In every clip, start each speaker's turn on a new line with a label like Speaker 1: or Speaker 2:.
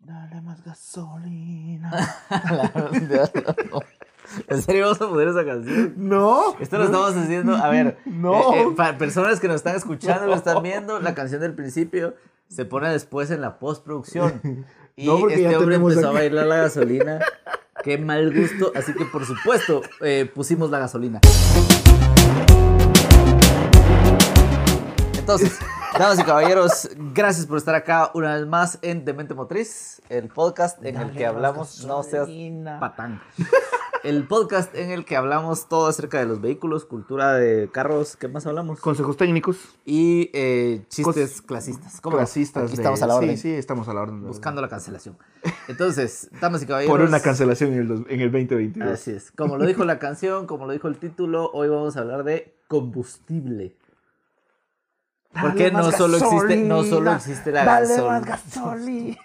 Speaker 1: Dale más gasolina.
Speaker 2: ¿En serio vamos a poner esa canción?
Speaker 1: No.
Speaker 2: Esto lo estamos haciendo, a ver,
Speaker 1: No.
Speaker 2: eh, eh, para personas que nos están escuchando, lo están viendo, la canción del principio se pone después en la postproducción. Y
Speaker 1: No, porque
Speaker 2: este
Speaker 1: ya
Speaker 2: hombre
Speaker 1: tenemos
Speaker 2: empezó a
Speaker 1: acá.
Speaker 2: bailar la gasolina. Qué mal gusto, así que por supuesto eh, pusimos la gasolina. Entonces, damas y caballeros, gracias por estar acá una vez más en Demente Motriz, el podcast en el
Speaker 1: Dale
Speaker 2: que
Speaker 1: más
Speaker 2: hablamos, no seas
Speaker 1: gasolina.
Speaker 2: patán. El podcast en el que hablamos todo acerca de los vehículos, cultura de carros, ¿qué más hablamos?
Speaker 1: Consejos técnicos.
Speaker 2: Y eh, chistes clasistas. ¿Cómo no?
Speaker 1: Clasistas.
Speaker 2: Aquí
Speaker 1: de-
Speaker 2: estamos a la orden.
Speaker 1: Sí, sí, estamos a la orden.
Speaker 2: Buscando la cancelación. Entonces, damas y caballeros.
Speaker 1: Por una cancelación en el, dos- en el 2022.
Speaker 2: Así es. Como lo dijo la canción, como lo dijo el título, hoy vamos a hablar de combustible. Porque
Speaker 1: Dale
Speaker 2: no
Speaker 1: más
Speaker 2: solo, existe, no solo
Speaker 1: gasolina.
Speaker 2: existe la
Speaker 1: Dale
Speaker 2: gasolina.
Speaker 1: más gasolina.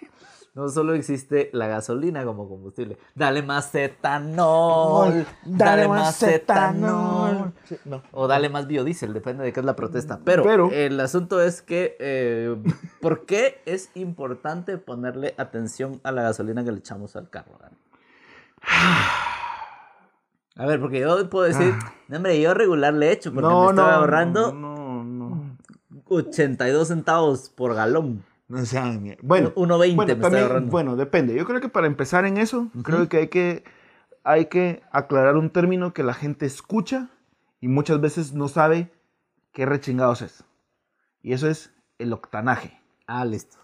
Speaker 2: No solo existe la gasolina como combustible. Dale más etanol. Dale, más etanol.
Speaker 1: Sí, no.
Speaker 2: O dale más biodiesel, depende de qué es la protesta. Pero,
Speaker 1: Pero-
Speaker 2: el asunto es que, eh, ¿por qué es importante ponerle atención a la gasolina que le echamos al carro? Dani? A ver, porque yo puedo decir,
Speaker 1: Ah.
Speaker 2: "No, hombre, yo regular le echo, porque me estaba ahorrando
Speaker 1: No, no.
Speaker 2: 82 centavos por galón.
Speaker 1: No sean mier- Bueno,
Speaker 2: 1.20 me
Speaker 1: bueno,
Speaker 2: estoy
Speaker 1: también-
Speaker 2: ahorrando.
Speaker 1: bueno, depende. Yo creo que para empezar en eso, creo que hay, que hay que aclarar un término que la gente escucha y muchas veces no sabe qué rechingados es. Y eso es el octanaje.
Speaker 2: Ah, listo.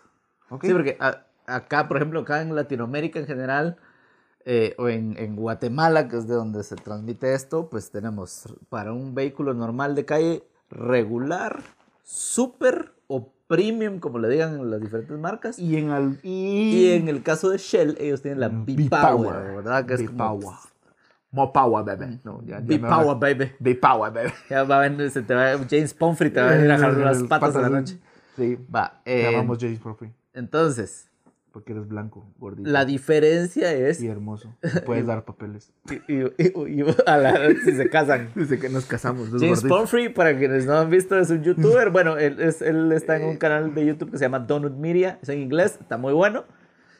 Speaker 1: ¿ok?
Speaker 2: Sí, porque a- acá, por ejemplo, acá en Latinoamérica en general, eh, o en, en Guatemala, que es de donde se transmite esto, pues tenemos para un vehículo normal de calle regular, super o premium, como le digan en las diferentes marcas. Y,
Speaker 1: Y en al-
Speaker 2: en el caso de Shell, ellos tienen la B-Power, ¿verdad? Que es como-
Speaker 1: B-Power. More power,
Speaker 3: Mm.
Speaker 1: bebé. No, ya- ya me va-
Speaker 2: B-Power, baby.
Speaker 1: B-Power, bebé.
Speaker 2: Ya va a venir, se te va, James Pumphrey te va a venir a jalar las patas de la noche.
Speaker 1: Sí.
Speaker 2: Va,
Speaker 1: Te
Speaker 2: eh,
Speaker 1: llamamos James Prophy
Speaker 2: entonces,
Speaker 1: porque eres blanco, gordito
Speaker 2: la diferencia es
Speaker 1: y hermoso. Y Puedes dar papeles.
Speaker 2: Y- y- y- y- a la- si se casan.
Speaker 1: Dice que nos casamos. los
Speaker 2: James
Speaker 1: gorditos.
Speaker 2: Pumphrey, para quienes no han visto, es un youtuber. Bueno, él, es- él está en
Speaker 1: Eh.
Speaker 2: un canal de YouTube que se llama Donut Media. Es en inglés, está muy bueno.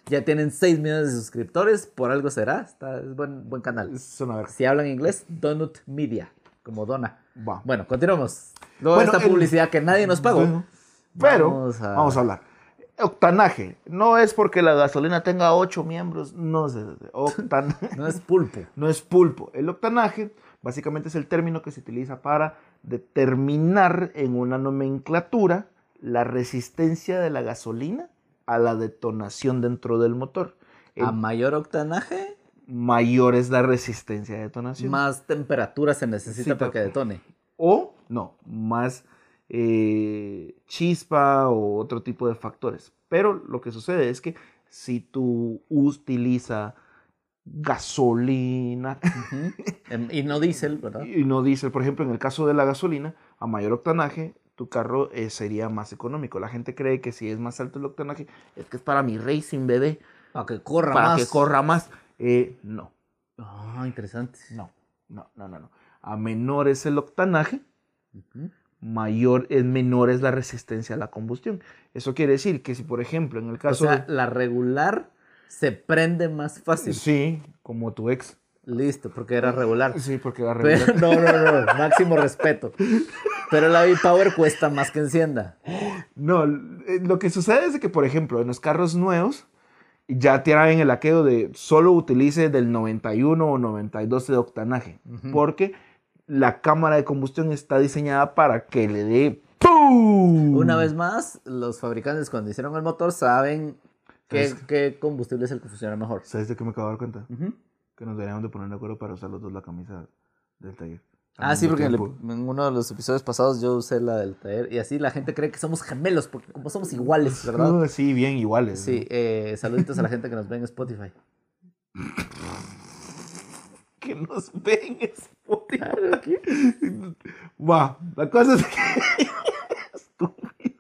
Speaker 2: Ya tienen 6 millones de suscriptores, por algo será. Está, es buen, buen canal.
Speaker 1: Es una verga.
Speaker 2: Si hablan inglés, Donut Media, como dona.
Speaker 1: Va.
Speaker 2: Bueno, continuamos. Luego de
Speaker 1: Bueno,
Speaker 2: esta
Speaker 1: el-
Speaker 2: publicidad que nadie nos pagó.
Speaker 1: Pero
Speaker 2: Vamos
Speaker 1: vamos
Speaker 2: a-
Speaker 1: a... hablar. Octanaje. No es porque la gasolina tenga ocho miembros. No sé. Octanaje.
Speaker 2: No es pulpo.
Speaker 1: no es pulpo. El octanaje básicamente es el término que se utiliza para determinar en una nomenclatura la resistencia de la gasolina a la detonación dentro del motor. El
Speaker 2: A mayor octanaje,
Speaker 1: mayor es la resistencia de detonación.
Speaker 2: más temperatura se necesita
Speaker 1: Necesita-
Speaker 2: para que detone.
Speaker 1: o no, más eh, chispa o otro tipo de factores. Pero lo que sucede es que si tú utiliza gasolina
Speaker 2: Ujú. Em, Y no diésel, ¿verdad?
Speaker 1: y no diésel, por ejemplo, en el caso de la gasolina, a mayor octanaje, tu carro eh, sería más económico. La gente cree que si es más alto el octanaje, es que es para mi racing, bebé,
Speaker 2: Para que corra
Speaker 1: para
Speaker 2: más.
Speaker 1: que corra más. Eh, no,
Speaker 2: Ah, interesante.
Speaker 1: no, no, no, no, no. A menor es el octanaje, mayor, es menor es la resistencia a la combustión. Eso quiere decir que si, por ejemplo, en el
Speaker 2: O
Speaker 1: caso
Speaker 2: sea, la regular se prende más
Speaker 1: de...
Speaker 2: fácil.
Speaker 1: Sí, como tu ex.
Speaker 2: Listo, porque era regular.
Speaker 1: Sí, porque la
Speaker 2: Pero, no, no, no, máximo respeto. Pero la V-Power cuesta más que encienda.
Speaker 1: No, eh, lo que sucede es que, por ejemplo, en los carros nuevos ya traen el aqueo de solo utilice del 91 o 92 de octanaje, porque la cámara de combustión está diseñada para que le dé ¡pum!
Speaker 2: Una vez más, los fabricantes cuando hicieron el motor saben qué, qué combustible es el que funciona mejor.
Speaker 1: ¿Sabes de qué me acabo de dar cuenta?
Speaker 2: Ujú.
Speaker 1: Que nos deberíamos de poner de acuerdo para usar los dos la camisa del taller. al
Speaker 2: Ah, sí,
Speaker 1: mismo
Speaker 2: porque le-
Speaker 1: tiempo.
Speaker 2: en uno de los episodios pasados yo usé la del taller y así la gente cree que somos gemelos, porque como somos iguales, ¿verdad?
Speaker 1: Ah, sí, bien iguales. ¿no?
Speaker 2: Sí, eh, saluditos a la gente que nos ve en Spotify.
Speaker 1: que nos ven Spotify. Va, la cosa es que. Estúpido.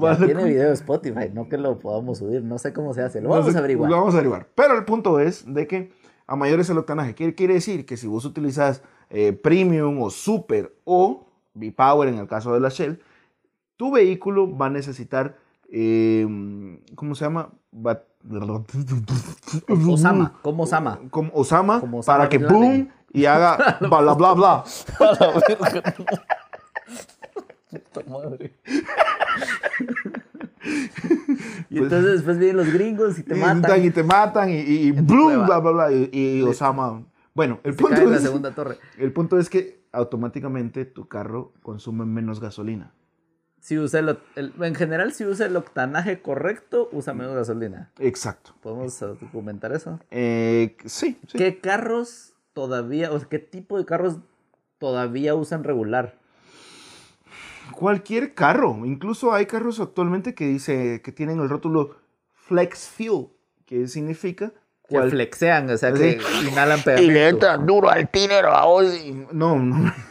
Speaker 1: Va,
Speaker 2: Ya
Speaker 1: la
Speaker 2: tiene
Speaker 1: co-
Speaker 2: video de Spotify, no que lo podamos subir, no sé cómo se hace, lo vamos
Speaker 1: no sé,
Speaker 2: a averiguar.
Speaker 1: Lo vamos a averiguar. Pero el punto es de que a mayores el octanaje. Quiere, quiere decir que si vos utilizas eh, Premium o Super o B-Power en el caso de la Shell, tu vehículo va a necesitar eh, ¿cómo se llama? Bat-
Speaker 2: Osama, como Osama.
Speaker 1: Como Osama,
Speaker 2: Como Osama
Speaker 1: para que
Speaker 2: Bin Laden.
Speaker 1: boom y haga bla bla bla.
Speaker 2: Puta madre. y entonces después vienen los gringos y te
Speaker 1: Y
Speaker 2: matan.
Speaker 1: y te matan y, y- y boom,
Speaker 2: cueva.
Speaker 1: bla bla bla. Y, y Osama. Bueno, el
Speaker 2: Se
Speaker 1: punto,
Speaker 2: cae en la
Speaker 1: es,
Speaker 2: segunda torre.
Speaker 1: el punto es que automáticamente tu carro consume menos gasolina.
Speaker 2: Si usa el, oct- el- en general, si usa el octanaje correcto, usa menos gasolina.
Speaker 1: Exacto.
Speaker 2: ¿Podemos eh, documentar eso?
Speaker 1: Eh, sí, sí.
Speaker 2: ¿Qué carros todavía, o sea, qué tipo de carros todavía usan regular?
Speaker 1: Cualquier carro. Incluso hay carros actualmente que dice que tienen el rótulo flex fuel, que significa
Speaker 2: Que
Speaker 1: cual-
Speaker 2: flexean, o sea, que inhalan
Speaker 1: Y le
Speaker 2: pegamento.
Speaker 1: entran duro al tiner a hoy. No, no.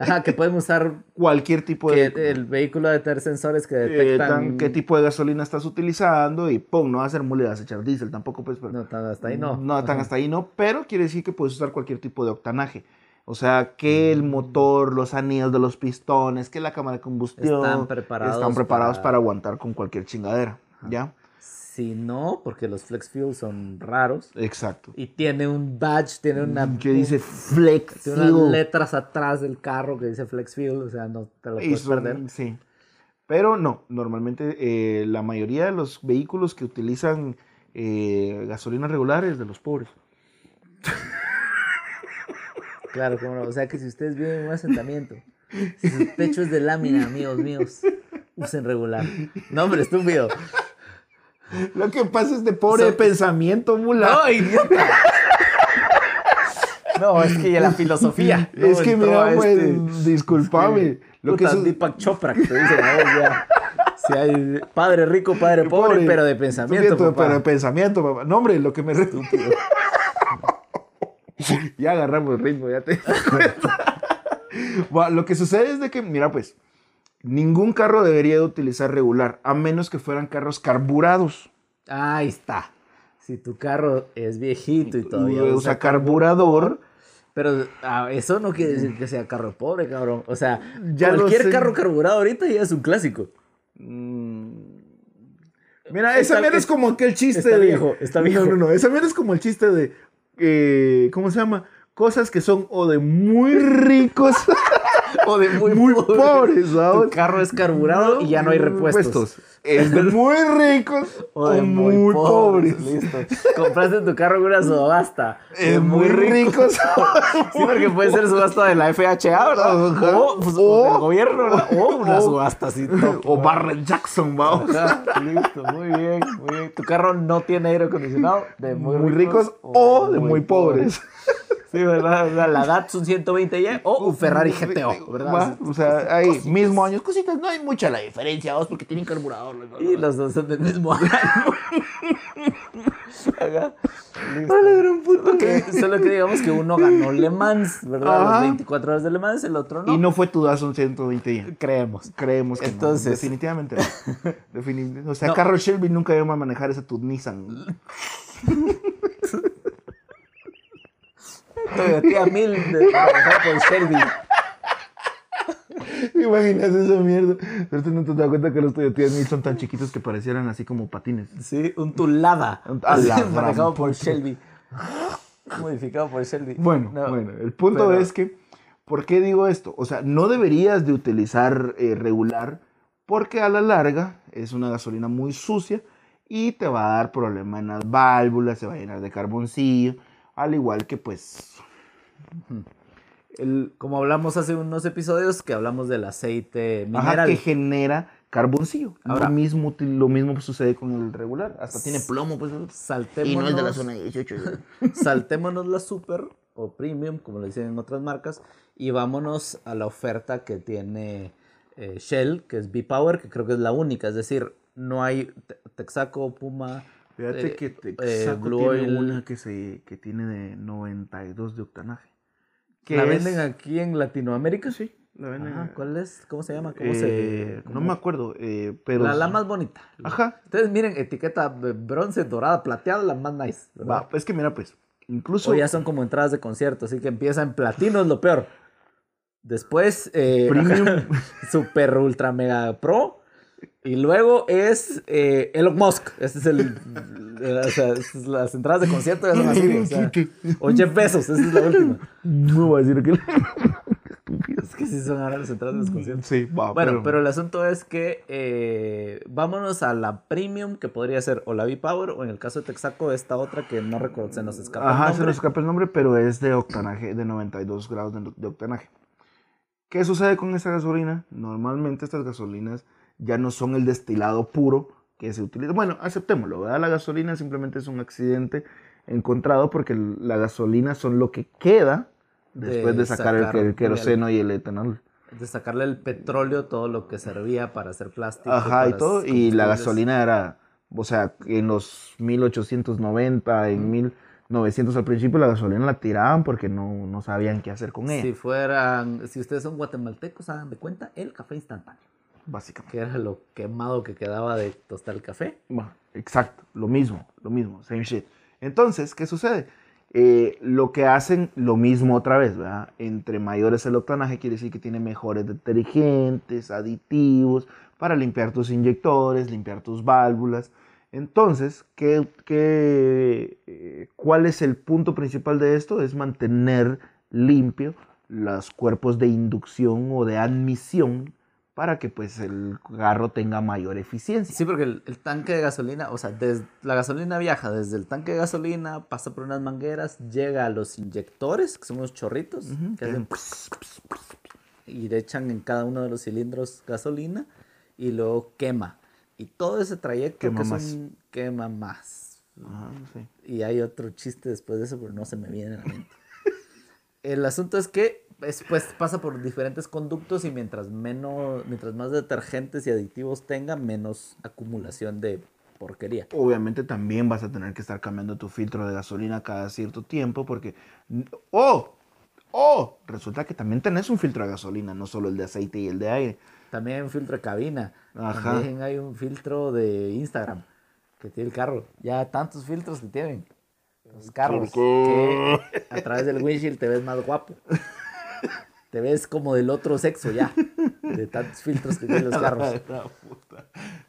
Speaker 2: Ajá, que pueden usar
Speaker 1: Cualquier tipo
Speaker 2: que
Speaker 1: de.
Speaker 2: el vehículo de tener sensores que
Speaker 1: eh,
Speaker 2: detectan.
Speaker 1: tan- qué tipo de gasolina estás utilizando y pum, no va a ser mole, vas a echar diésel tampoco pues pero-
Speaker 2: No, tan- hasta ahí no.
Speaker 1: tan
Speaker 2: Ajá.
Speaker 1: hasta ahí no, pero quiere decir que puedes usar cualquier tipo de octanaje. O sea, que
Speaker 2: Mm.
Speaker 1: el motor, los anillos de los pistones, que la cámara de combustión
Speaker 2: Están preparados
Speaker 1: están preparados para...
Speaker 2: para
Speaker 1: aguantar con cualquier chingadera, ¿ya?
Speaker 2: Si no, porque los flex fuel son raros.
Speaker 1: Exacto.
Speaker 2: Y tiene un badge, tiene una.
Speaker 1: Mm, Que dice
Speaker 2: Tiene unas
Speaker 1: flexible.
Speaker 2: letras atrás del carro que dice flex fuel, o sea, no te lo
Speaker 1: Y
Speaker 2: puedes
Speaker 1: son-
Speaker 2: perder.
Speaker 1: Sí. Pero no, normalmente eh, la mayoría de los vehículos que utilizan eh, gasolina regular es de los pobres.
Speaker 2: Claro, cómo no. O sea, que si ustedes viven en un asentamiento, si su techo es de lámina, amigos míos, usen regular. No, hombre, estúpido.
Speaker 1: Lo que pasa es de pobre
Speaker 2: Son-
Speaker 1: pensamiento, mula.
Speaker 2: ¡No, idiota! No, es que ya la filosofía. ¿no?
Speaker 1: es que
Speaker 2: Entró
Speaker 1: mira,
Speaker 2: a
Speaker 1: güey,
Speaker 2: este-
Speaker 1: disculpame. Lo que
Speaker 2: Puta,
Speaker 1: su-
Speaker 2: Deepak Chopra, que te dicen a vos, ya. Si hay padre rico, padre pobre, pero de pensamiento,
Speaker 1: Estúpido,
Speaker 2: papá.
Speaker 1: Pero de pensamiento, papá. No, hombre, lo que me... ya agarramos el ritmo, ya te... Bueno, lo que sucede es de que, mira, pues, ningún carro debería de utilizar regular, a menos que fueran carros carburados.
Speaker 2: Ahí está. Si tu carro es viejito y todavía
Speaker 1: usa,
Speaker 2: usa...
Speaker 1: carburador.
Speaker 2: Pero ah, eso no quiere decir que sea carro pobre, cabrón. O sea,
Speaker 1: Ya lo
Speaker 2: cualquier
Speaker 1: sé.
Speaker 2: carro carburado ahorita ya es un clásico.
Speaker 1: Mira, esa
Speaker 2: Está-
Speaker 1: mierda es como aquel chiste
Speaker 2: está
Speaker 1: de.
Speaker 2: viejo, está viejo.
Speaker 1: No, no, no. Esa mierda es como el chiste de. eh, ¿Cómo se llama? Cosas que son o de muy ricos
Speaker 2: O de
Speaker 1: o
Speaker 2: muy,
Speaker 1: muy
Speaker 2: pobre.
Speaker 1: pobres,
Speaker 2: Tu
Speaker 1: ¿sabes?
Speaker 2: carro es carburado y ya no hay repuestos.
Speaker 1: Es de muy ricos o de muy, pobres.
Speaker 2: Listo. Compraste tu carro en una subasta.
Speaker 1: Es muy ricos.
Speaker 2: Sí, porque puede ser subasta de la FHA, ¿verdad?
Speaker 1: Ajá.
Speaker 2: O, pues,
Speaker 1: O-
Speaker 2: del gobierno, ¿verdad? O una
Speaker 1: o-
Speaker 2: subasta así. top.
Speaker 1: o Barrett Jackson, vamos.
Speaker 2: Ajá, Listo, muy bien, muy bien. Tu carro no tiene aire acondicionado, de muy,
Speaker 1: Muy ricos o de muy pobres.
Speaker 2: Sí, ¿verdad? O sea, la Datsun 120Y o un Ferrari GTO,
Speaker 1: Va,
Speaker 2: ¿verdad?
Speaker 1: O sea, ahí, mismo años, cositas, no hay mucha la diferencia, vos, porque tienen carburador. bla, bla, bla.
Speaker 2: Y los dos son del mismo año. Ajá, listo. Que- Solo que digamos que uno ganó Le Mans, ¿verdad?
Speaker 1: Ajá.
Speaker 2: Las 24 horas de Le Mans, el otro no.
Speaker 1: Y no fue tu Datsun 120 y
Speaker 2: creemos.
Speaker 1: Creemos que no,
Speaker 2: Entonces-
Speaker 1: definitivamente no. Defini- O sea,
Speaker 2: No.
Speaker 1: Carlos Shelby nunca iba a manejar esa tu Nissan.
Speaker 2: Toyota 1000 de manejar por Shelby.
Speaker 1: Imaginas esa mierda. Pero tú no te das cuenta que los Toyotas Nissan son tan chiquitos que parecieran así como patines.
Speaker 2: Sí, un Tulada.
Speaker 1: Un
Speaker 2: así,
Speaker 1: Tulada,
Speaker 2: manejado por
Speaker 1: puta.
Speaker 2: Shelby. Modificado por Shelby.
Speaker 1: Bueno,
Speaker 2: No,
Speaker 1: bueno, el punto
Speaker 2: pero-
Speaker 1: es que, ¿por qué digo esto? O sea, no deberías de utilizar eh, regular porque a la larga es una gasolina muy sucia y te va a dar problema en las válvulas, se va a llenar de carboncillo, al igual que pues... El,
Speaker 2: Como hablamos hace unos episodios que hablamos del aceite
Speaker 1: ajá,
Speaker 2: mineral.
Speaker 1: que genera carboncillo.
Speaker 2: Ahora-
Speaker 1: lo, mismo, ti- lo mismo sucede con el regular, hasta tiene plomo, pues...
Speaker 2: Saltémonos,
Speaker 1: 18.
Speaker 2: saltémonos la super o premium, como le dicen en otras marcas, y vámonos a la oferta que tiene eh, Shell, que es B-Power, que creo que es la única. Es decir, no hay Te- Texaco, Puma.
Speaker 1: Fíjate
Speaker 2: eh,
Speaker 1: que
Speaker 2: eh,
Speaker 1: Texaco
Speaker 2: Blue
Speaker 1: tiene
Speaker 2: Oil.
Speaker 1: una que, se, que tiene de 92 de octanaje. que
Speaker 2: ¿La
Speaker 1: es-
Speaker 2: venden aquí en Latinoamérica?
Speaker 1: Sí, la venden.
Speaker 2: Ajá,
Speaker 1: eh,
Speaker 2: ¿Cuál es? ¿Cómo se llama? ¿Cómo
Speaker 1: eh,
Speaker 2: se,
Speaker 1: No
Speaker 2: cómo-
Speaker 1: me acuerdo, eh, pero...
Speaker 2: La, la más bonita.
Speaker 1: Ajá.
Speaker 2: Ustedes miren, etiqueta de bronce, dorada, plateada, la más nice. ¿verdad?
Speaker 1: Va, es que mira, pues, incluso...
Speaker 2: O ya son como entradas de concierto, así que empieza en platino, es lo peor. Después, eh,
Speaker 1: Premium.
Speaker 2: Super Ultra Mega Pro. Y luego es eh, Elon Musk. Este es el. eh, o sea, estas son las entradas de concierto ya son así. O, sea, o Jeff Bezos, esa es la última.
Speaker 1: No voy a decir que.
Speaker 2: Es que sí son ahora las entradas de los conciertos.
Speaker 1: Sí, va,
Speaker 2: Bueno, pero, el asunto es que eh, vámonos a la premium, que podría ser o la V-Power, o en el caso de Texaco, esta otra que no recuerdo, se nos escapa. el
Speaker 1: Ajá, se
Speaker 2: nombre.
Speaker 1: nos escapa el nombre, pero es de octanaje, de 92 grados de, de octanaje. ¿Qué sucede con esta gasolina? Normalmente estas gasolinas ya no son el destilado puro que se utiliza. Bueno, aceptémoslo, ¿verdad? La gasolina simplemente es un accidente encontrado porque l- la gasolina son lo que queda después de,
Speaker 2: De
Speaker 1: sacar, el-
Speaker 2: sacar
Speaker 1: el,
Speaker 2: el-
Speaker 1: queroseno y el etanol.
Speaker 2: De sacarle el petróleo, todo lo que servía para hacer plástico.
Speaker 1: Ajá, y
Speaker 2: para
Speaker 1: todo. Y la
Speaker 2: combustibles.
Speaker 1: gasolina era, o sea, en los 1890, en 1900 al principio, la gasolina la tiraban porque no, no sabían qué hacer con ella,
Speaker 2: Si fueran, si ustedes son guatemaltecos, hagan de cuenta el café instantáneo,
Speaker 1: básicamente.
Speaker 2: que era lo quemado que quedaba de tostar el café.
Speaker 1: Bueno, exacto, lo mismo, lo mismo, same shit. Entonces, ¿qué sucede? Eh, lo que hacen, lo mismo otra vez, ¿verdad? Entre mayores el octanaje quiere decir que tiene mejores detergentes, aditivos, para limpiar tus inyectores, limpiar tus válvulas. Entonces, ¿qué, qué, eh, ¿cuál es el punto principal de esto? Es mantener limpio los cuerpos de inducción o de admisión para que pues el carro tenga mayor eficiencia.
Speaker 2: Sí, porque el, el tanque de gasolina, o sea, des- la gasolina viaja desde el tanque de gasolina, pasa por unas mangueras, llega a los inyectores, que son unos chorritos, que
Speaker 1: Ujú, que-
Speaker 2: hacen y le echan en cada uno de los cilindros gasolina y luego quema. Y todo ese trayecto
Speaker 1: Quema
Speaker 2: que es
Speaker 1: más.
Speaker 2: un- quema más.
Speaker 1: Ajá, sí.
Speaker 2: Y hay otro chiste después de eso, pero no se me viene a la mente. El asunto es que es, pues, pasa por diferentes conductos y mientras, menos, mientras más detergentes y aditivos tenga, menos acumulación de porquería.
Speaker 1: Obviamente también vas a tener que estar cambiando tu filtro de gasolina cada cierto tiempo porque... ¡Oh! ¡Oh! Resulta que también tenés un filtro de gasolina, no solo el de aceite y el de aire.
Speaker 2: También hay un filtro de cabina.
Speaker 1: Ajá.
Speaker 2: También hay un filtro de Instagram que tiene el carro. Ya tantos filtros que tienen los carros.
Speaker 1: Truco.
Speaker 2: Que a través del windshield te ves más guapo. Te ves como del otro sexo ya. De tantos filtros que tienen los carros.
Speaker 1: La puta.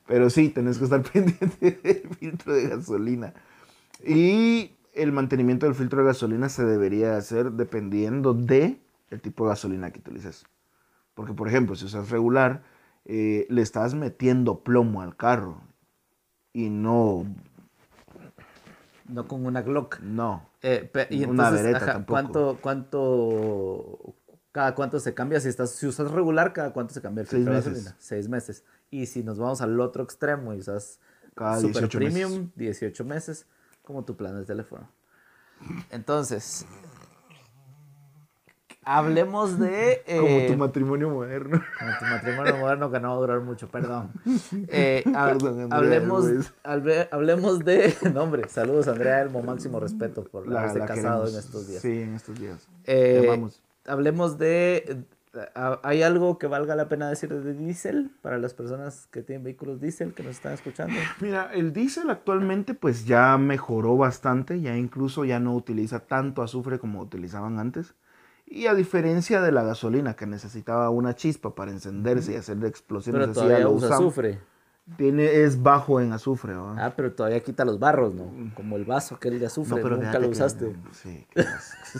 Speaker 1: Pero sí, tenés que estar pendiente del filtro de gasolina. Y el mantenimiento del filtro de gasolina se debería hacer dependiendo de el tipo de gasolina que utilices. Porque, por ejemplo, si usas regular, eh, le estás metiendo plomo al carro. Y no,
Speaker 2: No con una Glock.
Speaker 1: no.
Speaker 2: Eh, pe- y
Speaker 1: Una
Speaker 2: entonces,
Speaker 1: vereta
Speaker 2: ajá,
Speaker 1: tampoco.
Speaker 2: ¿cuánto, cuánto, cada cuánto se cambia? Si, estás, si usas regular, cada cuánto se cambia el
Speaker 1: Seis
Speaker 2: filtro de
Speaker 1: meses.
Speaker 2: gasolina? Seis meses. Y si nos vamos al otro extremo y usas
Speaker 1: Cada
Speaker 2: Super
Speaker 1: 18 Ah, meses.
Speaker 2: Premium, 18 meses, como tu plan de teléfono. Entonces, hablemos de...
Speaker 1: Como
Speaker 2: eh,
Speaker 1: tu matrimonio moderno.
Speaker 2: como tu matrimonio moderno que no va a durar mucho, perdón. Eh, ha-
Speaker 1: Perdón, Andrea
Speaker 2: hablemos,
Speaker 1: Hermes.
Speaker 2: hable- hablemos de... No, hombre, saludos Andrea Elmo, máximo respeto por
Speaker 1: La-
Speaker 2: haberse
Speaker 1: la
Speaker 2: casado
Speaker 1: queremos.
Speaker 2: en estos días.
Speaker 1: Sí, en estos días.
Speaker 2: Eh,
Speaker 1: Te amamos.
Speaker 2: hablemos de... a- ¿Hay algo que valga la pena decir de diésel para las personas que tienen vehículos diésel que nos están escuchando?
Speaker 1: Mira, el diésel actualmente pues ya mejoró bastante, ya incluso ya no utiliza tanto azufre como utilizaban antes. Y a diferencia de la gasolina que necesitaba una chispa para encenderse y hacer explosiones
Speaker 2: Pero
Speaker 1: así, ya
Speaker 2: todavía
Speaker 1: lo
Speaker 2: usa
Speaker 1: usamos.
Speaker 2: azufre.
Speaker 1: Tiene, es bajo en azufre, ¿va?
Speaker 2: Ah, pero todavía quita los barros, ¿no? Como el vaso que él de azufre, nunca
Speaker 1: Mm. fíjate
Speaker 2: lo
Speaker 1: que-
Speaker 2: usaste.
Speaker 1: sí, qué asco.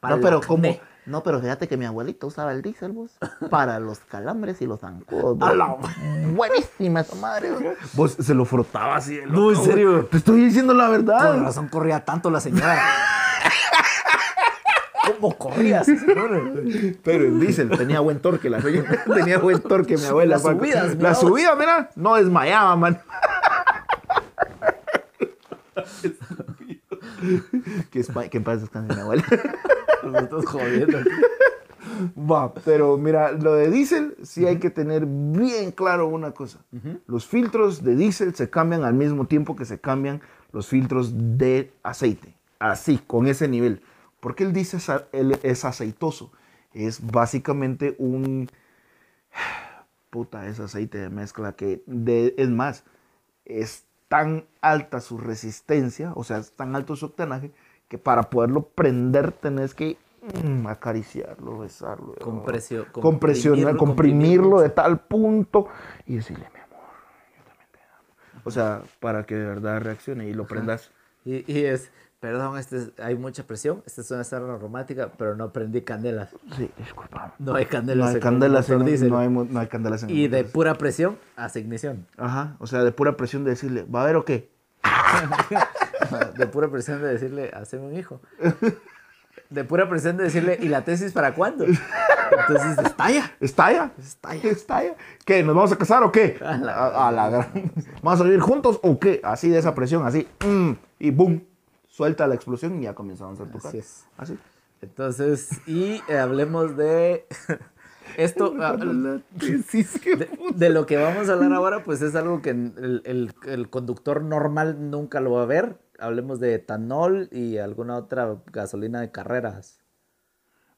Speaker 2: Para
Speaker 3: No, pero
Speaker 2: el
Speaker 3: como.
Speaker 2: acné.
Speaker 3: No, pero fíjate que mi abuelita usaba el diésel, vos, para los calambres y los zancudos. vos.
Speaker 2: ¡Hala!
Speaker 3: Buenísima esa madre, vos.
Speaker 1: Vos se lo frotaba así. de
Speaker 2: No, en
Speaker 1: loco,
Speaker 2: serio.
Speaker 1: güey. Te estoy diciendo la
Speaker 2: Con
Speaker 1: verdad.
Speaker 2: razón corría tanto la señora. ¿Cómo corrías?
Speaker 1: Pero el diésel tenía buen torque, la señora. Tenía buen torque, mi abuela.
Speaker 2: Las
Speaker 1: Paco.
Speaker 2: subidas, mira
Speaker 1: La
Speaker 2: vos.
Speaker 1: subida, mira, no desmayaba, man. que, espa- que en paz descanse mi abuela.
Speaker 2: Nos estás jodiendo.
Speaker 1: Va, pero mira, lo de diésel sí hay que tener bien claro una cosa. Los filtros de diésel se cambian al mismo tiempo que se cambian los filtros de aceite. Así, con ese nivel. Porque el diésel es a- él es aceitoso. Es básicamente un... Puta, es aceite de mezcla que... de- es más, es tan alta su resistencia, o sea, es tan alto su octanaje, que para poderlo prender tenés que... mm, mm, acariciarlo, besarlo.
Speaker 2: Compresión.
Speaker 1: compresionar, comprimirlo de tal punto y decirle, mi amor, yo también te amo. O sea, para que de verdad reaccione y lo prendas.
Speaker 2: Y, y es, perdón, este es- hay mucha presión, esta es una sarna romántica, pero no prendí candelas.
Speaker 1: Sí, disculpa.
Speaker 2: No hay
Speaker 1: No
Speaker 2: candelas.
Speaker 1: hay
Speaker 2: en
Speaker 1: candelas
Speaker 2: el
Speaker 1: en
Speaker 2: motor,
Speaker 1: el
Speaker 2: dicen.
Speaker 1: no hay, mo- no hay candelas en el
Speaker 2: Y de
Speaker 1: motor.
Speaker 2: pura presión, hace ignición.
Speaker 1: Ajá, o sea, de pura presión de decirle, ¿va a haber o qué?
Speaker 2: De pura presión de decirle, haceme un hijo. De pura presión de decirle, ¿y la tesis para cuándo? Entonces estalla.
Speaker 1: ¿Estalla?
Speaker 2: Estalla.
Speaker 1: ¿Estalla? ¿Qué? ¿Nos vamos a casar o qué?
Speaker 2: A la-
Speaker 1: a la gran. ¿Vamos a vivir juntos o qué? Así de esa presión, así. mm, y boom. Suelta la explosión y ya comenzamos a tocar.
Speaker 2: Así es.
Speaker 1: Así.
Speaker 2: Entonces, y eh, hablemos de esto. ah, de, de lo que vamos a hablar ahora, pues es algo que el, el- el conductor normal nunca lo va a ver. Hablemos de etanol y alguna otra gasolina de carreras.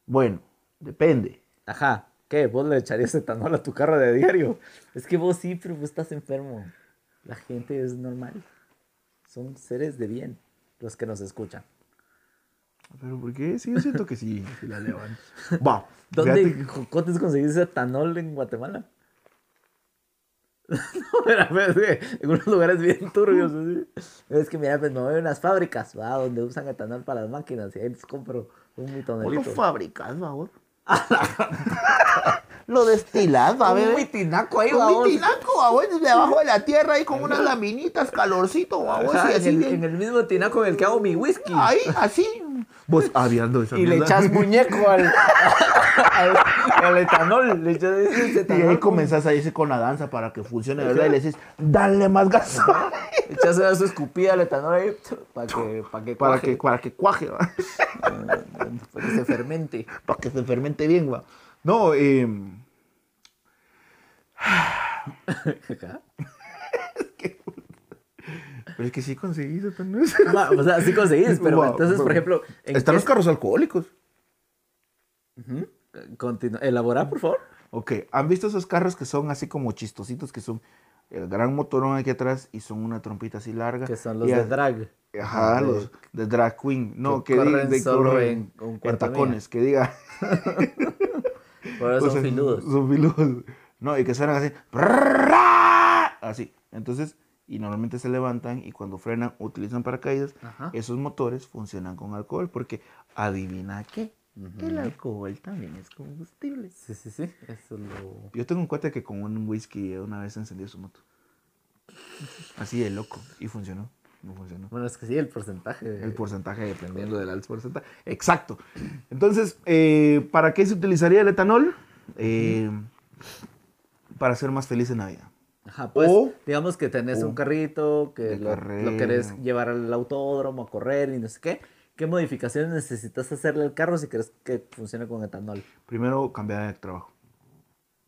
Speaker 1: Bueno, depende.
Speaker 2: Ajá. ¿Qué? ¿Vos le echarías etanol a tu carro de diario? Es que vos sí, pero vos estás enfermo. La gente es normal. Son seres de bien los que nos escuchan.
Speaker 1: ¿Pero por qué? Sí, yo siento que sí. que la levanto. Va. fíjate
Speaker 2: ¿Dónde
Speaker 1: que-
Speaker 2: jocotes conseguís etanol en Guatemala? no, mira, pues, sí, en unos lugares bien turbios. así. Es que mira, pues me voy a unas fábricas, ¿va? donde usan etanol para las máquinas y ahí les compro un
Speaker 3: Vos lo
Speaker 2: mitonelito.
Speaker 3: fabricas, va, vos. lo destilas, va,
Speaker 2: Un
Speaker 3: bebé.
Speaker 2: mitinaco ahí, va,
Speaker 3: Un
Speaker 2: vos.
Speaker 3: mitinaco, va, vos, debajo de la tierra ahí con unas laminitas, calorcito, va, vos,
Speaker 2: Ajá,
Speaker 3: y
Speaker 2: en,
Speaker 3: así
Speaker 2: el,
Speaker 3: bien.
Speaker 2: en el mismo tinaco en el que hago mi whisky.
Speaker 3: Ahí, así.
Speaker 1: Vos hablando de esa
Speaker 2: y le
Speaker 1: mierda.
Speaker 2: echas muñeco al, al, al etanol. Le echas ese
Speaker 1: Y
Speaker 2: etanol.
Speaker 1: ahí comenzás a irse con la danza para que funcione, ¿verdad? Y le dices, dale más gas.
Speaker 2: Echas una su escupida al etanol ahí para que, para que,
Speaker 1: para,
Speaker 2: cuaje,
Speaker 1: que, para que cuaje, ¿va?
Speaker 2: para que se fermente.
Speaker 1: para que se fermente bien, va. No, eh,
Speaker 2: Ajá.
Speaker 1: pero es que sí conseguí eso, ¿no?
Speaker 2: Va, o sea, sí conseguís, pero
Speaker 1: Va,
Speaker 2: entonces, por
Speaker 1: va.
Speaker 2: ejemplo, ¿en
Speaker 1: Están
Speaker 2: qué-
Speaker 1: los carros alcohólicos.
Speaker 2: Continúa. Elabora, por favor.
Speaker 1: Ok, ¿han visto esos carros que son así como chistositos, que son el gran motorón aquí atrás y son una trompita así larga?
Speaker 2: Que son los
Speaker 1: Y
Speaker 2: de
Speaker 1: a-
Speaker 2: drag.
Speaker 1: Ajá,
Speaker 2: De-
Speaker 1: los de drag queen. No,
Speaker 2: que
Speaker 1: que, diga
Speaker 2: corren
Speaker 1: de
Speaker 2: solo
Speaker 1: corren
Speaker 2: en- con cuarta milla.
Speaker 1: tacones, que diga.
Speaker 2: Por eso
Speaker 1: O
Speaker 2: son
Speaker 1: sea,
Speaker 2: filudos.
Speaker 1: Son filudos. No, y que suenan así. prrrra, Así. Entonces, y normalmente se levantan y cuando frenan utilizan paracaídas.
Speaker 2: Ajá.
Speaker 1: Esos motores funcionan con alcohol porque adivina qué.
Speaker 3: Que el alcohol también es combustible.
Speaker 2: Sí, sí, sí. Eso lo.
Speaker 1: Yo tengo un cuate que con un whisky una vez encendió su moto. Así de loco. Y funcionó. No funcionó.
Speaker 2: Bueno, es que sí, el porcentaje.
Speaker 1: El porcentaje dependiendo del alto porcentaje. Exacto. Entonces, eh, ¿para qué se utilizaría el etanol? Eh, para ser más feliz en la vida.
Speaker 2: Ajá, pues.
Speaker 1: o-
Speaker 2: digamos que tenés
Speaker 1: o-
Speaker 2: un carrito, que
Speaker 1: de
Speaker 2: lo,
Speaker 1: carrera.
Speaker 2: lo querés llevar al autódromo a correr y no sé qué. ¿Qué modificaciones necesitas hacerle al carro si querés que funcione con etanol?
Speaker 1: Primero, cambiar de trabajo.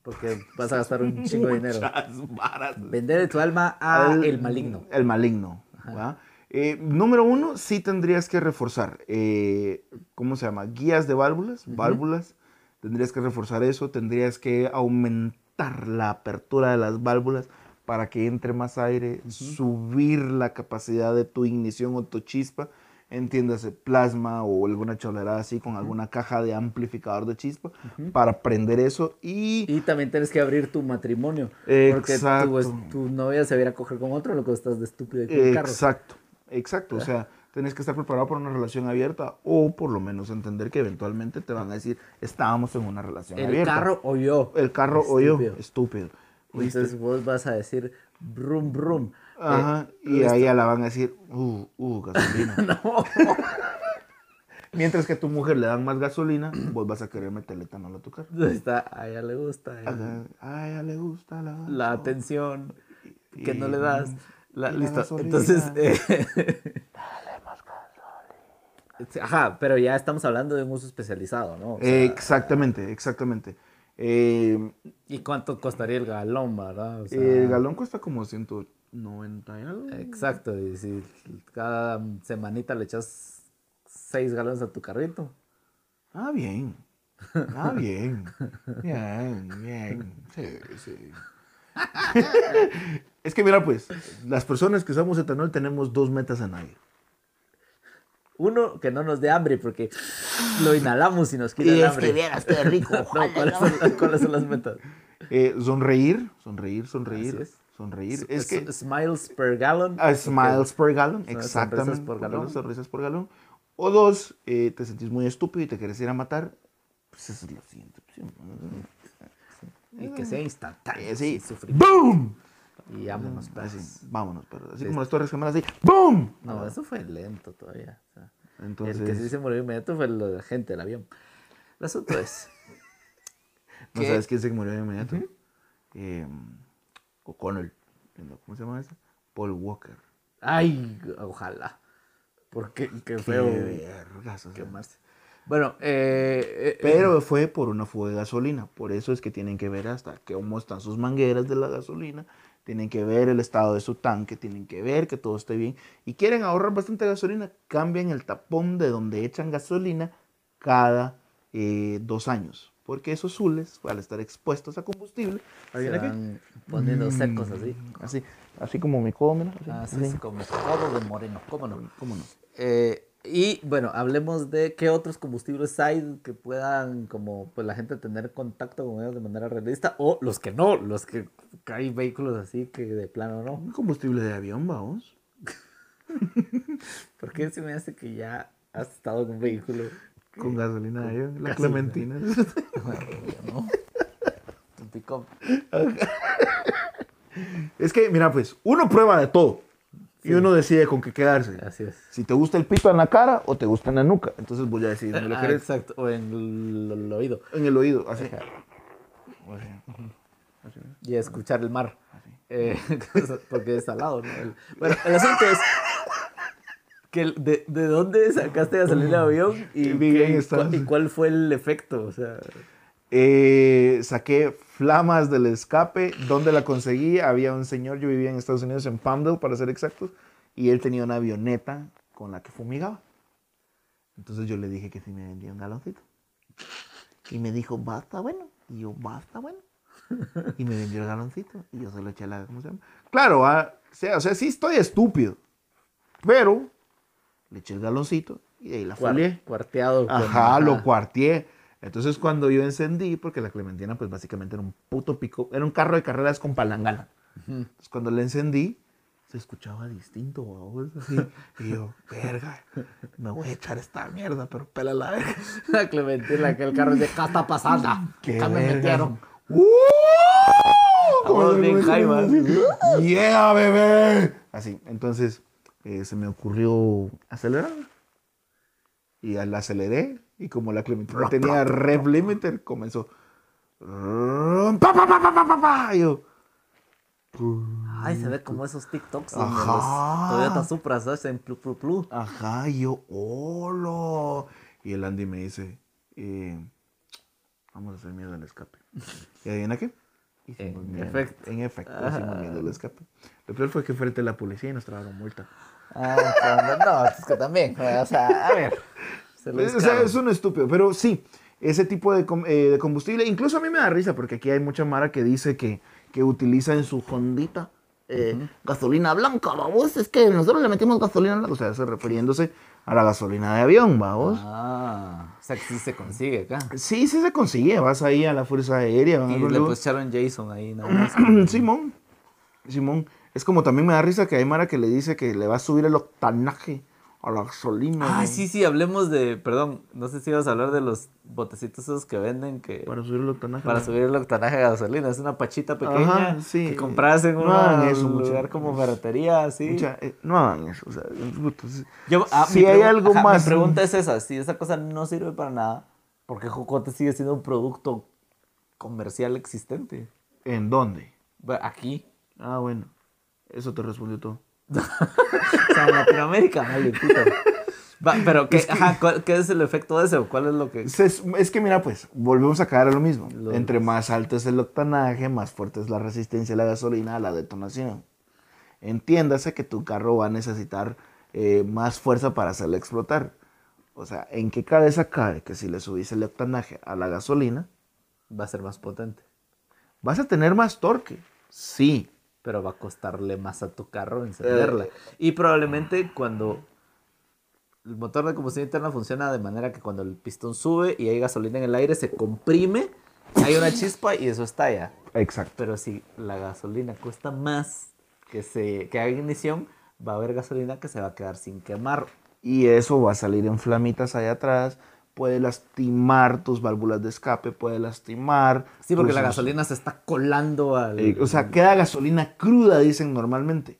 Speaker 2: Porque vas a gastar un chingo de dinero.
Speaker 1: Muchas varas.
Speaker 2: Vender tu alma al el maligno.
Speaker 1: El maligno. ¿va? Eh, número uno, sí tendrías que reforzar. eh, ¿Cómo se llama? Guías de válvulas, válvulas. Tendrías que reforzar eso. Tendrías que aumentar la apertura de las válvulas para que entre más aire, subir la capacidad de tu ignición o tu chispa. Entiéndase, plasma o alguna cholerada así con alguna caja de amplificador de chispa para prender eso y
Speaker 2: Y también tienes que abrir tu matrimonio. Porque
Speaker 1: Exacto.
Speaker 2: tu, es- tu novia se va a ir a coger con otro, lo que estás de estúpido y con carro.
Speaker 1: Eh, Exacto, exacto. O sea, tenés que estar preparado para una relación abierta o por lo menos entender que eventualmente te van a decir, estábamos en una relación
Speaker 2: El
Speaker 1: abierta.
Speaker 2: carro o yo.
Speaker 1: El carro o yo,
Speaker 2: Estúpido.
Speaker 1: estúpido. ¿Oíste?
Speaker 2: Entonces vos vas a decir brum brum.
Speaker 1: Ajá,
Speaker 2: eh,
Speaker 1: y ahí ya la van a decir, uh, uh, gasolina.
Speaker 2: No.
Speaker 1: Mientras que a tu mujer le dan más gasolina, vos vas a querer meterle etanol a tu carro.
Speaker 2: Está- a ella le gusta. eh.
Speaker 1: Ajá, A ella le gusta la...
Speaker 2: La atención que no le
Speaker 1: Y-
Speaker 2: das. La-
Speaker 1: y la
Speaker 2: listo.
Speaker 1: gasolina.
Speaker 2: Entonces. eh, Ajá, pero ya estamos hablando de un uso especializado, ¿no? O
Speaker 1: Eh.
Speaker 2: sea,
Speaker 1: exactamente, exactamente. Eh,
Speaker 2: ¿Y cuánto costaría el galón, verdad? O sea,
Speaker 1: el galón cuesta como 190 y algo.
Speaker 2: Exacto, y si cada semanita le echas seis galones a tu carrito.
Speaker 1: Ah, bien. Ah, bien. Bien, bien. Sí, sí. es que mira, pues, las personas que usamos etanol tenemos dos metas en aire.
Speaker 2: Uno, que no nos dé hambre, porque lo inhalamos y nos quita
Speaker 3: Y
Speaker 2: el
Speaker 3: es que
Speaker 2: hambre.
Speaker 3: vieras qué rico.
Speaker 2: No,
Speaker 3: ojalá,
Speaker 2: ¿cuáles,
Speaker 3: ¿no?
Speaker 2: son las, cuáles son las metas?
Speaker 1: Eh, sonreír, sonreír, sonreír,
Speaker 2: Así es.
Speaker 1: sonreír. Es que
Speaker 2: S- Smiles per gallon.
Speaker 1: a smiles per gallon,
Speaker 2: Son
Speaker 1: exactamente.
Speaker 2: sonrisas por
Speaker 1: porque
Speaker 2: galón.
Speaker 1: las Sonrisas por galón. O dos, eh, te sentís muy estúpido y te querés ir a matar. Pues esa es la siguiente opción.
Speaker 2: Y que sea instantáneo.
Speaker 1: Eh, sí. Mm,
Speaker 2: sin sufrir.
Speaker 1: ¡Boom!
Speaker 2: Y vámonos,
Speaker 1: Así,
Speaker 2: perros.
Speaker 1: vámonos, pero así como las torres gemelas, así. ¡Boom!
Speaker 2: No, eso fue lento todavía. o sea, el que sí
Speaker 1: Ah. Entonces,
Speaker 2: se murió inmediato fue el- la gente del avión. El asunto es.
Speaker 1: ¿no
Speaker 2: que-
Speaker 1: sabes quién se murió de inmediato? Eh, O'Connell. ¿Cómo se llama ese? Paul Walker.
Speaker 2: Ay, ojalá. Porque qué feo
Speaker 1: Qué vergas, o sea.
Speaker 2: quemarse. Bueno, eh, eh,
Speaker 1: Pero fue por una fuga de gasolina. Por eso es que tienen que ver hasta que cómo están sus mangueras de la gasolina. Tienen que ver el estado de su tanque. Tienen que ver que todo esté bien. Y quieren ahorrar bastante gasolina. Cambian el tapón de donde echan gasolina cada eh, dos años. Porque esos zules, al estar expuestos a combustible,
Speaker 2: se
Speaker 1: ¿adivina qué?
Speaker 2: van poniendo secos Mm. así.
Speaker 1: así, así como mi codo, mira, así,
Speaker 2: Así es
Speaker 1: así.
Speaker 2: como todo de moreno, cómo no.
Speaker 1: ¿Cómo no?
Speaker 2: Eh, y bueno, hablemos de qué otros combustibles hay que puedan como pues la gente tener contacto con ellos de manera realista o los que no, los que que hay vehículos así que de plano no.
Speaker 1: Un combustible de avión, vamos.
Speaker 2: Porque se me hace que ya has estado en un vehículo.
Speaker 1: Con gasolina de avión. La
Speaker 2: gasolina.
Speaker 1: clementina.
Speaker 2: ¿no? Un pick-up.
Speaker 1: Es que, mira, pues, uno prueba de todo. Y uno decide con qué quedarse.
Speaker 2: Así es.
Speaker 1: Si te gusta el pito en la cara o te gusta en la nuca. Entonces voy a decidir, ¿me lo
Speaker 2: Ah,
Speaker 1: querés?
Speaker 2: exacto, o en el, el oído.
Speaker 1: Eh, En el oído, así.
Speaker 2: Y escuchar el mar. Eh, porque es al lado, ¿no? El- bueno, el asunto es que el- de, de dónde sacaste gasolina de avión y,
Speaker 1: Qué bien
Speaker 2: qué-
Speaker 1: estás.
Speaker 2: cua- y cuál fue el efecto. O sea,
Speaker 1: Eh, saqué flamas del escape. ¿Dónde la conseguí? Había un señor, yo vivía en Estados Unidos, en Palmdale, para ser exactos. Y él tenía una avioneta con la que fumigaba. Entonces yo le dije que si me vendía un galoncito.
Speaker 3: Y me dijo, basta, bueno. Y yo, basta, bueno.
Speaker 1: Y me vendió el galoncito. Y yo se lo eché a la. ¿Cómo se llama? Claro, ah, o, sea, o sea, sí estoy estúpido. Pero le eché el galoncito y de ahí la
Speaker 2: cuar-
Speaker 1: folié.
Speaker 2: cuarteado. con-
Speaker 1: Ajá, lo cuartié. Entonces cuando yo encendí, porque la Clementina pues básicamente era un puto pico, era un carro de carreras con palangana. Entonces cuando la encendí, se escuchaba distinto, babos, así. Y yo, verga, me voy a echar esta mierda, pero pela la verga.
Speaker 2: La Clementina, que el carro es de casta pasada. Acá me
Speaker 1: verga.
Speaker 2: metieron.
Speaker 1: ¡Uh! Como
Speaker 2: Vamos
Speaker 1: se
Speaker 2: bien,
Speaker 1: me
Speaker 2: Jaime.
Speaker 1: así, ¡Yeah, bebé! Así, entonces eh, se me ocurrió acelerar. Y al aceleré, y como la Clementina tenía rev limiter, comenzó. ¡Pa, pa, pa, pa, pa, pa, pa! Y yo,
Speaker 2: Ay, se ve como esos TikToks donde los
Speaker 1: Ajá.
Speaker 2: Toyota Supras hacen plu plu plu.
Speaker 1: ajá, y yo, ¡holo! Y el Andy me dice, eh, vamos a hacer miedo al escape. ¿Y adivina qué? Hicimos
Speaker 2: En
Speaker 1: miedo.
Speaker 2: efecto. Ah.
Speaker 1: En efecto, hicimos miedo al escape. Lo peor fue que frente a la policía y nos trajeron multa.
Speaker 2: Ah, cuando- no, es que también. O sea, a ver. Se lo
Speaker 1: Eh, O sea,
Speaker 2: buscaron.
Speaker 1: es un estúpido, pero sí, ese tipo de, com- eh, de combustible, incluso a mí me da risa porque aquí hay mucha mara que dice que, que utiliza en su Hondita.
Speaker 3: Eh, Gasolina blanca, babos. Es que nosotros le metimos gasolina blanca.
Speaker 1: O sea, se- refiriéndose a la gasolina de avión, vamos.
Speaker 2: Ah, o sea que sí se consigue acá.
Speaker 1: Sí, sí se consigue, vas ahí a la Fuerza Aérea. van a
Speaker 2: Y
Speaker 1: algún
Speaker 2: le
Speaker 1: lugar.
Speaker 2: pusieron Jason ahí, nada más.
Speaker 1: Simón, Simón, es como también me da risa que hay mara que le dice que le va a subir el octanaje a la gasolina.
Speaker 2: Ah,
Speaker 1: ¿no?
Speaker 2: sí, sí, hablemos de. Perdón, no sé si ibas a hablar de los botecitos esos que venden que. Para,
Speaker 1: Para subir el octanaje. ¿no?
Speaker 2: subir el octanaje de gasolina. Es una pachita pequeña
Speaker 1: Ajá, sí.
Speaker 2: que compras en
Speaker 1: No
Speaker 2: una-
Speaker 1: hagan
Speaker 2: un
Speaker 1: eso,
Speaker 2: lugar
Speaker 1: muchachos.
Speaker 2: como ferretería, así.
Speaker 1: Mucha- eh, no hagan eso. O sea, es bruto, sí.
Speaker 2: Yo, ah,
Speaker 1: si
Speaker 2: mi
Speaker 1: hay
Speaker 2: pregu-
Speaker 1: algo
Speaker 2: ajá,
Speaker 1: más.
Speaker 2: Mi pregunta es esa: si esa cosa no sirve para nada, ¿por qué Jocote sigue siendo un producto comercial existente?
Speaker 1: ¿En dónde?
Speaker 2: Bueno, Aquí.
Speaker 1: Ah, bueno. Eso te respondió todo.
Speaker 2: O sea, en Latinoamérica, maldito. Va, pero, ¿qué, ajá, cuál- qué es el efecto de eso? ¿Cuál es lo que...?
Speaker 1: Se- Es, es que mira, pues, volvemos a caer a lo mismo.
Speaker 2: Lo-
Speaker 1: Entre más alto es el octanaje, más fuerte es la resistencia a la gasolina, a la detonación. Entiéndase que tu carro va a necesitar eh, más fuerza para hacerlo explotar. O sea, ¿en qué cabeza cabe que si le subís el octanaje a la gasolina,
Speaker 2: Va a ser más potente,
Speaker 1: vas a tener más torque? Sí.
Speaker 2: pero
Speaker 1: Eh.
Speaker 2: va a costarle más a tu carro encenderla. Y probablemente cuando El motor de combustión interna funciona de manera que cuando el pistón sube y hay gasolina en el aire, se comprime, hay una chispa y eso estalla.
Speaker 1: Exacto.
Speaker 2: Pero si la gasolina cuesta más que, se, que haga ignición, va a haber gasolina que se va a quedar sin quemar.
Speaker 1: Y eso va a salir en flamitas allá atrás. Puede lastimar tus válvulas de escape, puede lastimar.
Speaker 2: Sí, porque
Speaker 1: tus-
Speaker 2: la gasolina se está colando al...
Speaker 1: eh, Pues, o sea, queda gasolina cruda, dicen normalmente.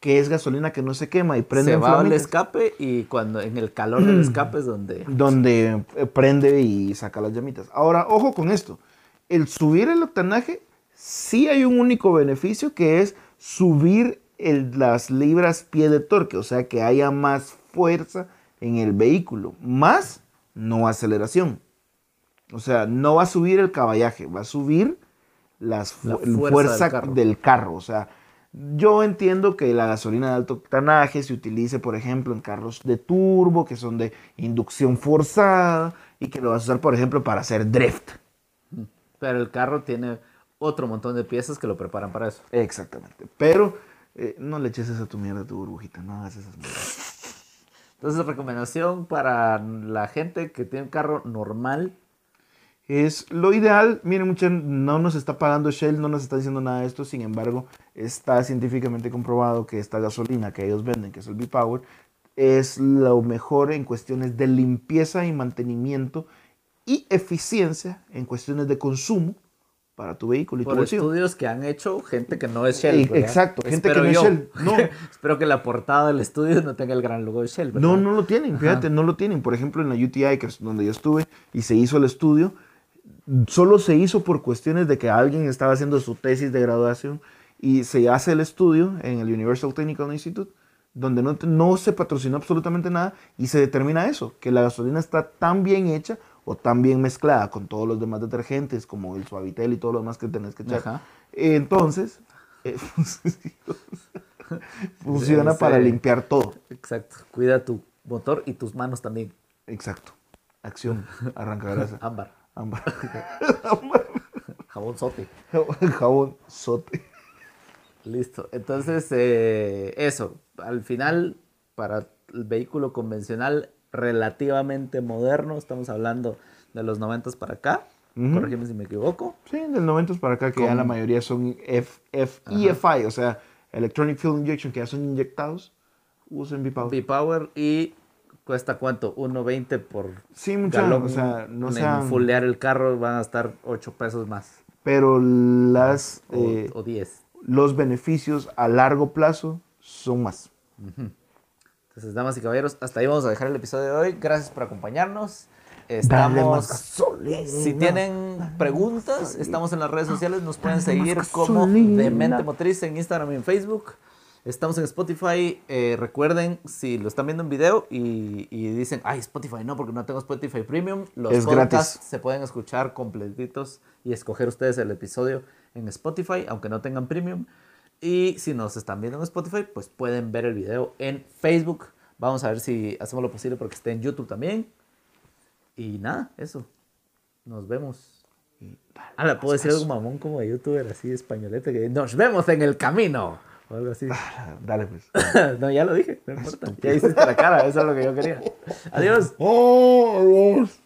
Speaker 1: Que es gasolina que no se quema y prende
Speaker 2: se
Speaker 1: en
Speaker 2: va al
Speaker 1: flamitas,
Speaker 2: escape y cuando en el calor del escape es donde...
Speaker 1: Donde eh, prende y saca las llamitas. Ahora, ojo con esto. El subir el octanaje, sí hay un único beneficio que es subir el- las libras pie de torque. O sea, que haya más fuerza en el vehículo. Más no aceleración. O sea, no va a subir el caballaje, va a subir las fu-
Speaker 2: La
Speaker 1: el
Speaker 2: fuerza
Speaker 1: fuerza,
Speaker 2: del carro.
Speaker 1: del carro. O sea, yo entiendo que la gasolina de alto octanaje se utilice, por ejemplo, en carros de turbo, que son de inducción forzada, y que lo vas a usar, por ejemplo, para hacer drift.
Speaker 2: Pero el carro tiene otro montón de piezas que lo preparan para eso.
Speaker 1: Exactamente. Pero eh, no le eches esa tu mierda a tu burbujita, no hagas esas mierdas.
Speaker 2: Entonces, recomendación para la gente que tiene un carro normal.
Speaker 1: Es lo ideal, miren, mucha- no nos está pagando Shell, no nos está diciendo nada de esto, sin embargo, está científicamente comprobado que esta gasolina que ellos venden, que es el B-Power, es lo mejor en cuestiones de limpieza y mantenimiento y eficiencia en cuestiones de consumo para tu vehículo y tu
Speaker 2: Por
Speaker 1: bolsillo.
Speaker 2: estudios que han hecho gente que no es
Speaker 1: Eh,
Speaker 2: Shell. ¿verdad?
Speaker 1: exacto, gente que
Speaker 2: Espero
Speaker 1: no es
Speaker 2: yo.
Speaker 1: Shell, no.
Speaker 2: Espero que la portada del estudio no tenga el gran logo de Shell. ¿verdad?
Speaker 1: No, no lo tienen, fíjate, no lo tienen. Por ejemplo, en la UTI, que es donde yo estuve y se hizo el estudio, solo se hizo por cuestiones de que alguien estaba haciendo su tesis de graduación y se hace el estudio en el Universal Technical Institute, donde no, te- no se patrocinó absolutamente nada y se determina eso, que la gasolina está tan bien hecha o tan bien mezclada con todos los demás detergentes, como el suavitel y todo lo demás que tenés que echar.
Speaker 2: Ajá.
Speaker 1: Entonces, eh, funciona
Speaker 2: Sí,
Speaker 1: para
Speaker 2: sí.
Speaker 1: limpiar todo.
Speaker 2: Exacto. Cuida tu motor y tus manos también.
Speaker 1: Exacto. Acción. Arranca grasa.
Speaker 2: Ámbar.
Speaker 1: Ámbar.
Speaker 2: Jabón sote.
Speaker 1: Jabón sote.
Speaker 2: Listo. Entonces, eh, eso. Al final, para el vehículo convencional relativamente moderno, estamos hablando de los 90 para acá.
Speaker 1: Ujú.
Speaker 2: Corrígeme si me equivoco.
Speaker 1: Sí, del 90 para acá, que ya
Speaker 2: Con-
Speaker 1: la mayoría son F, F- EFI, o sea, Electronic Fuel Injection, que ya son inyectados, usen B-Power.
Speaker 2: B-Power y cuesta cuánto? 1.20 por
Speaker 1: Sí, muchachos,
Speaker 2: galón.
Speaker 1: o sea, no
Speaker 2: En
Speaker 1: sean...
Speaker 2: fullear el carro van a estar 8 pesos más
Speaker 1: Pero las,
Speaker 2: o,
Speaker 1: eh,
Speaker 2: o 10.
Speaker 1: los beneficios a largo plazo son más.
Speaker 2: Entonces, damas y caballeros, hasta ahí vamos a dejar el episodio de hoy. Gracias por acompañarnos.
Speaker 1: Dale más
Speaker 2: Estamos...
Speaker 1: gasolina.
Speaker 2: Si
Speaker 1: Ah,
Speaker 2: tienen preguntas, estamos en las redes sociales, nos pueden seguir
Speaker 1: más
Speaker 2: como
Speaker 1: gasolina.
Speaker 2: Demente Motriz en Instagram y en Facebook. Estamos en Spotify. eh, recuerden, si lo están viendo en video y, y dicen, ay, Spotify no, porque no tengo Spotify Premium, los
Speaker 1: Es
Speaker 2: podcasts
Speaker 1: gratis.
Speaker 2: se pueden escuchar completitos y escoger ustedes el episodio en Spotify, aunque no tengan Premium. Y si nos están viendo en Spotify, pues pueden ver el video en Facebook. Vamos a ver si hacemos lo posible porque esté en YouTube también. Y nada, eso. Nos vemos. Ah, la puedo decir algo mamón como de youtuber así españolete que nos vemos en el camino. O algo así.
Speaker 1: Dale pues.
Speaker 2: no, ya lo dije, no importa. Ya hiciste la cara, eso es lo que yo quería. Adiós.
Speaker 1: ¡Oh, Dios!